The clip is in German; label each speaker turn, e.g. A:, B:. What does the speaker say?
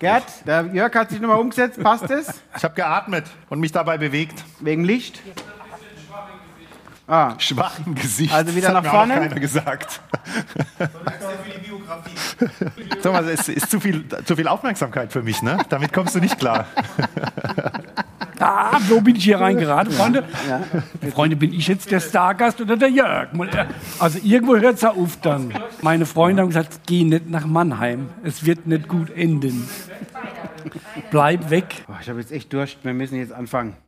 A: Gerd, der Jörg hat sich nochmal umgesetzt, passt es?
B: Ich habe geatmet und mich dabei bewegt.
A: Wegen Licht?
B: Schwach im Gesicht.
A: Also wieder
B: das
A: nach
B: hat mir auch
A: vorne?
B: noch keiner gesagt. Thomas, es ist zu viel, zu viel Aufmerksamkeit für mich, ne? Damit kommst du nicht klar.
C: Ah, so bin ich hier reingeraten, Freunde. Freunde, bin ich jetzt der Stargast oder der Jörg? Mal, äh, Also irgendwo hört es auf dann. Meine Freunde haben gesagt, geh nicht nach Mannheim. Es wird nicht gut enden. Bleib weg.
A: Boah, ich habe jetzt echt Durst, wir müssen jetzt anfangen.